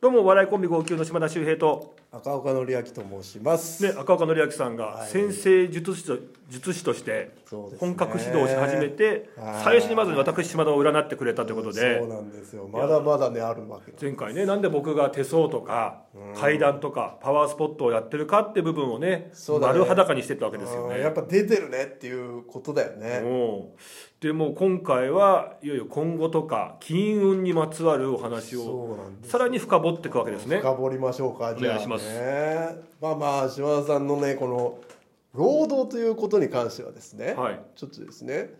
どうもお笑いコンビ号泣の島田秀平と、赤岡典明と申します、ね、赤岡典明さんがはい先生術師と術師としてそうですね本格指導をし始めてはい最初にまず私島田を占ってくれたということでそうなんですよまだまだねあるわけだ前回ねなんで僕が手相とか階段とかパワースポットをやってるかって部分をねそうだね丸裸にしてったわけですようんやねっ。ぱ出てるねっていうことだよねうんでもう今回はいよいよ今後とか金運にまつわるお話そうをなんですさらに深掘っていくわけですね。深掘りましょうかじゃあ、ね、お願いしますまあまあ島田さんのねこの労働ということに関してはですね、はいちょっとですね、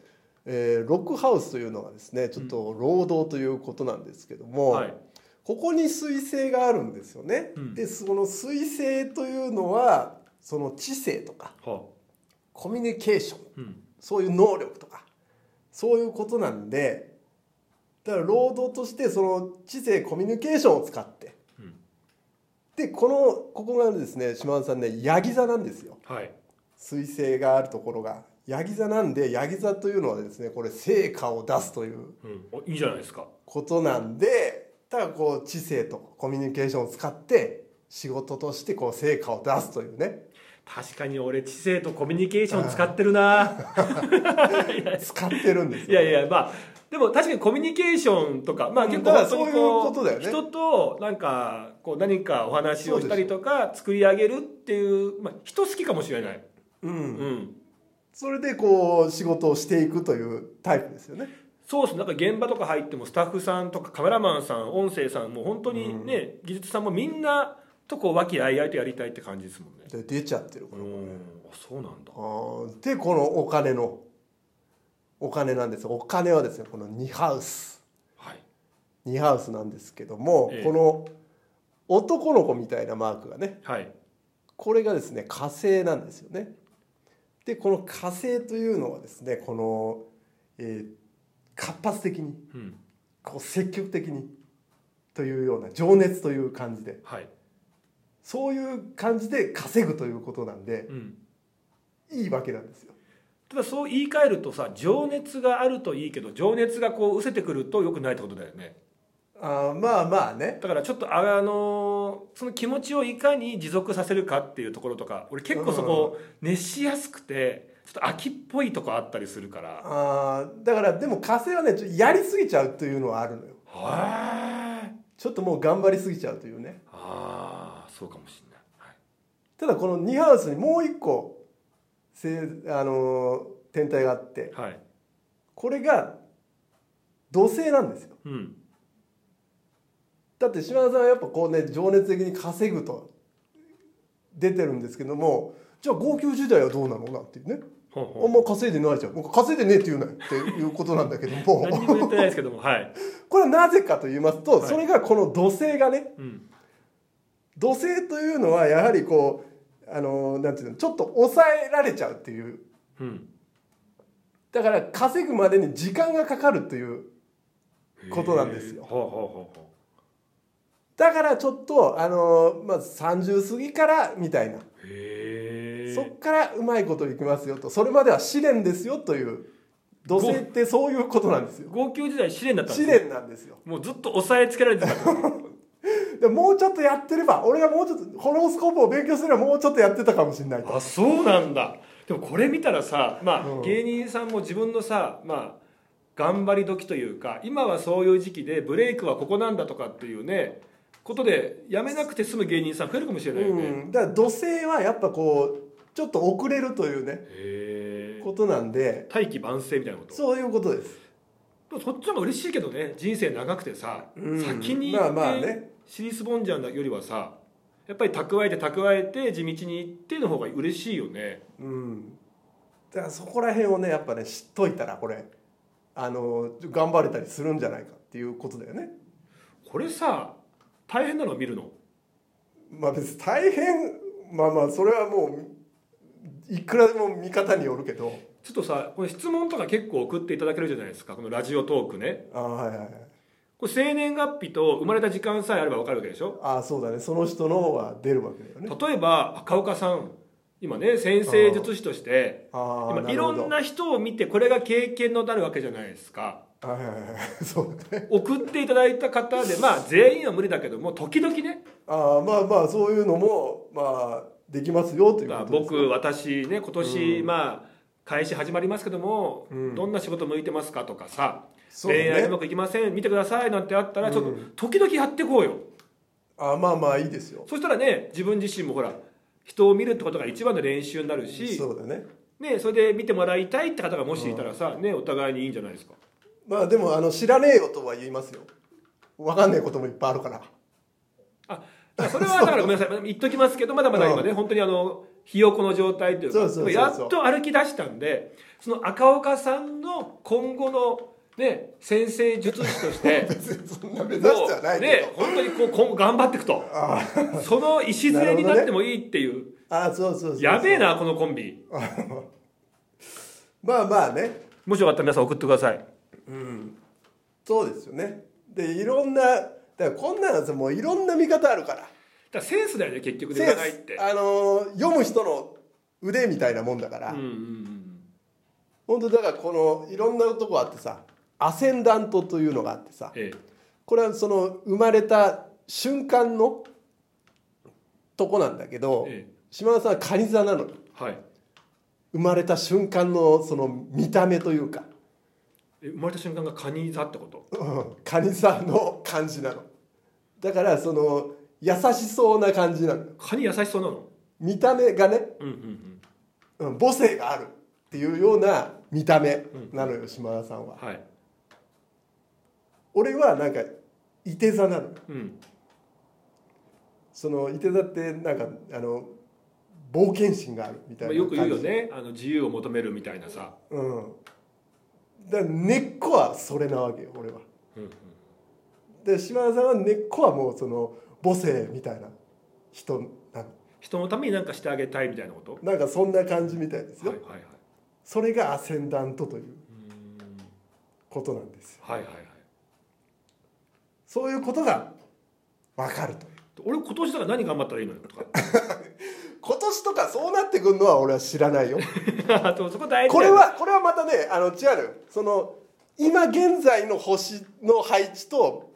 えーロックハウスというのがですねちょっと労働ということなんですけども、はいここに彗星があるんですよね、うんでその彗星というのはその知性とかはコミュニケーションあうんそういう能力とかそういうことなんでだから労働としてその知性コミュニケーションを使ってうんでこのここがですね島田さんねヤギ座なんですよはい彗星があるところがヤギ座なんでヤギ座というのはですねこれ成果を出すといううん、おいいじゃないですか。ことなんでだからこう知性とコミュニケーションを使って仕事としてこう成果を出すというね確かに俺知性とコミュニケーション使ってるな 使ってるんですいよ。やいやまあでも確かにコミュニケーションとかまあうん結構だから本当にそういうことだよね人となんかこう何かお話をしたりとか作り上げるっていう、まあ、人好きかもしれない、う、うんん、それでこう仕事をしていくというタイプですよね。そうですねなんか現場とか入ってもスタッフさんとかカメラマンさん音声さんも本当にね、技術さんもみんなとこう和気あいあいとやりたいって感じですもんね。で出ちゃってるかうら。ん、あそうなんだあーでこのお金のお金なんですお金はですねこの2ハウスはい2ハウスなんですけども、ええこの男の子みたいなマークがねはいこれがですね火星なんですよね。でこの火星というのはですねこの、えー活発的にうんこう積極的にというような情熱という感じではいそういう感じで稼ぐということなんでうんいいわけなんですよ。ただそう言い換えるとさ情熱があるといいけど情熱がこう失せてくると良くないってことだよねあーまあまあねだからちょっとああのーその気持ちをいかに持続させるかっていうところとか俺結構そこ熱しやすくてちょっと秋っぽいとこあったりするからはあーだからでも火星はねちょっとやりすぎちゃうというのはあるのよあちょっともう頑張りすぎちゃうというねあーそうかもしれない、はいただこの2ハウスにもう一個せあのー天体があってはいこれが土星なんですようん、だって島田さんはやっぱこうね情熱的に稼ぐと出てるんですけどもじゃあ号泣時代はどうなのなんていうねほんあんほんま稼いでないじゃん僕稼いでねえって言うなよっていうことなんだけど 何にもも言ってないですけどもはい、 これはなぜかと言いますと、はいそれがこの土星がねうん、土星というのはやはりこうあのなんていうのちょっと抑えられちゃうっていううん、だから稼ぐまでに時間がかかるという ことなんですよへーほうほうほうほだからちょっとあの、まあ、30過ぎからみたいなうへえそっからうまいこといきますよとそれまでは試練ですよという土星ってそういうことなんですよ号泣時代試練だったんで試すね練なんですよもうずっと抑えつけられてたからでもうちょっとやってれば俺がもうちょっとホロスコープを勉強すればもうちょっとやってたかもしれないとあそうなんだでもこれ見たらさ、まあうん芸人さんも自分のさ、まあ、頑張り時というか今はそういう時期でブレイクはここなんだとかっていうねことでやめなくて済む芸人さん増えるかもしれないよね、へうん、だから土星はやっぱこうちょっと遅れるというねえことなんで大器晩成みたいなことそういうことですでもそっちの方が嬉しいけどね人生長くてさ、うん先にま行あまあっねて尻すぼんじゃうんだよりはさやっぱり蓄えて蓄えて地道に行っての方が嬉しいよねうんだからそこら辺をねやっぱね知っといたらこれあの頑張れたりするんじゃないかっていうことだよねこれさ大変なの見るのまあ別に大変まあまあそれはもういくらでも見方によるけどちょっとさこれ質問とか結構送っていただけるじゃないですかこのラジオトークねああはいはいはいこれ生年月日と生まれた時間さえあれば分かるわけでしょああそうだねその人のは出るわけだよね例えば赤岡さん今ね先生術師としてああ今ないるほろどんな人を見てこれが経験のなるわけじゃないですかはいはいはいそうだね送っていただいた方でまあ全員は無理だけども時々ねああまあまあそういうのもまあできますよというまあことです僕私ね今年、まあ開始始まりますけども、うんどんな仕事向いてますかとかさ、そうだね恋愛うまくいきません見てくださいなんてあったらちょっと時々やってこうよ、ああまあまあいいですよそしたらね自分自身もほら人を見るってことが一番の練習になるしそうだねね、それで見てもらいたいって方がもしいたらさ、ね、お互いにいいんじゃないですかまあでもあの知らねえよとは言いますよわかんないこともいっぱいあるからあそれはだからごめんなさい言っときますけどまだまだ今ね、本当にあのひよこの状態というかそうそうそうそうやっと歩き出したんでその赤岡さんの今後の、ね、先生術師と して別にそんな目指してはないけど、ね、本当にこう今後頑張っていくとあその礎になってもいいっていう、あああそうそうそうそうやべえなこのコンビまあまあねもしよかったら皆さん送ってくださいそうですよねでいろんなだからこんなのさもういろんな見方あるからだからセンスだよね結局でセンス占いってあのー読む人の腕みたいなもんだから、うんうんうん本当だからこのいろんなとこあってさアセンダントというのがあってさえこれはその生まれた瞬間のとこなんだけど、ええ島田さんは蟹座なのよえはい生まれた瞬間のその見た目というか、 え生まれた瞬間がカニ座ってことうん、蟹座の感じなのだからその優しそうな感じなのカニ優しそうなの見た目がねうんうんうんうん母性があるっていうような見た目なのよ、島田さんははい俺はなんかいて座なのうんそのいて座ってなんかあの冒険心があるみたいまあなよ感くじ、言うよねあの自由を求めるみたいなさうんだから根っこはそれなわけよ俺はうんうんで島田さんは根っこはもうその母性みたいな人なの人のために何かしてあげたいみたいなことはなんかそんな感じみたいですいよ、はいはいそれがアセンダントといううーんことなんですよはいはいはいそういうことが分かるという俺今年だから何 頑張ったらいいのよと今年とかそうなってくるのは俺は知らないよかそうそこ大事こだれよねはこれはまたねあの違うのよその今現在の星の配置と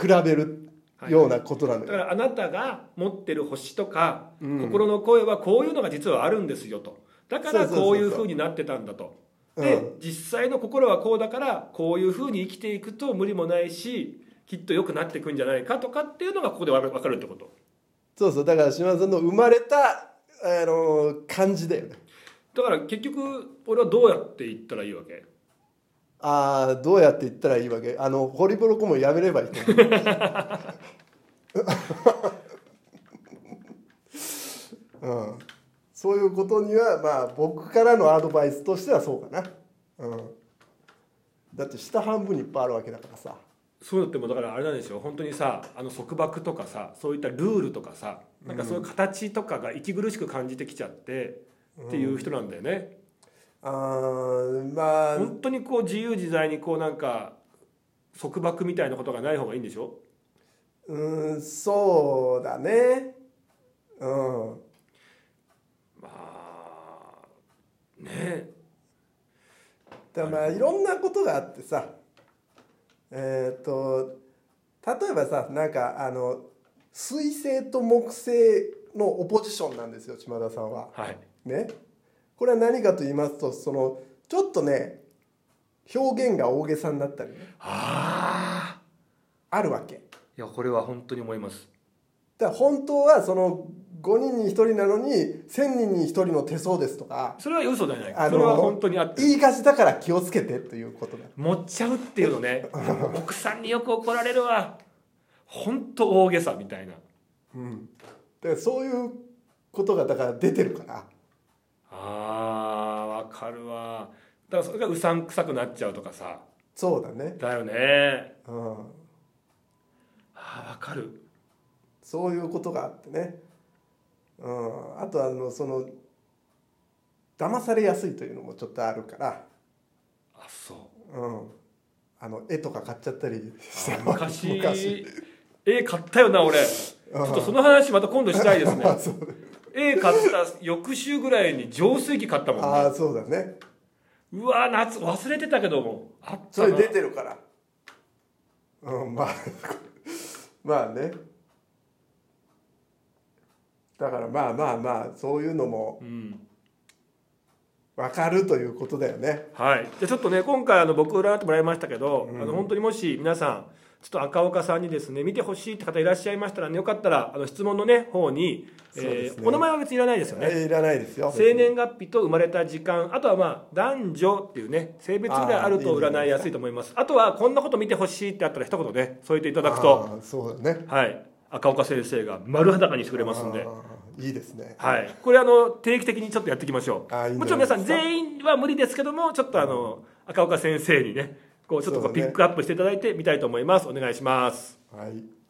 比べるようなことなのだよ、からあなたが持ってる星とか、うん心の声はこういうのが実はあるんですよとだからそうそうそうそうこういうふうになってたんだとで、うん実際の心はこうだからこういうふうに生きていくと無理もないしきっと良くなっていくんじゃないかとかっていうのがここでわかるってことそうそうだから島田さんの生まれたあの感じだよねだから結局俺はどうやっていったらいいわけああどうやって言ったらいいわけあのホリボロコもやめればいいと思ううん、そういうことにはまあ僕からのアドバイスとしてはそうかな、うん、だって下半分にいっぱいあるわけだからさそういうのってもうだからあれなんですよ本当にさあの束縛とかさそういったルールとかさなんかそういう形とかが息苦しく感じてきちゃって、っていう人なんだよね。あーまあ本当にこう自由自在にこうなんか束縛みたいなことがない方がいいんでしょうんそうだねうんまあねえだからまあいろんなことがあってさえっ、と例えばさなんかあの水星と木星のオポジションなんですよ島田さんは。はいねこれは何かと言いますとそのちょっとね表現が大げさになったりねあああるわけ。いやこれは本当に思いますだから本当はその5人に1人なのに1,000人に1人の手相ですとかそれは嘘じゃない、あのそれは本当にあ ってる言いがちだから気をつけてということだ。持っちゃうっていうのね奥さんによく怒られるわ本当大げさみたいなうん、だからそういうことがだから出てるから。あーわかるわだからそれがうさんくさくなっちゃうとかさそうだね、だよねうん、あーわかるそういうことがあってね、うん、あとあのその騙されやすいというのもちょっとあるから、あそううん、あの絵とか買っちゃったりしあた昔昔絵買ったよな俺ちょっとその話また今度したいですねあそうだ絵買った翌週ぐらいに浄水器買ったもんねあそうだねうわ夏忘れてたけどもあったそなれ出てるからうんまあまあねだからまあまあまあそういうのもうん分かるということだよねはい、じゃあちょっとね今回あの僕占ってもらいましたけど、あの本当にもし皆さんちょっと赤岡さんにですね見てほしいって方いらっしゃいましたらねよかったらあの質問のね方に、えそうですーねお名前は別にいらないですよね、えいらないですよ生年月日と生まれた時間あとはまあ男女っていうね性別があると占いやすいと思いますあとはこんなこと見てほしいってあったら一言ね添えていただくとあーそうだねはい赤岡先生が丸裸にしてくれますんであーいいですねはい、これあの定期的にちょっとやっていきましょうあいいんもちじろゃんな皆いですさかん全員は無理ですけどもちょっとあの赤岡先生にねこうちょっとこそううだピねックアップしていただいてみたいと思いますお願いしますはい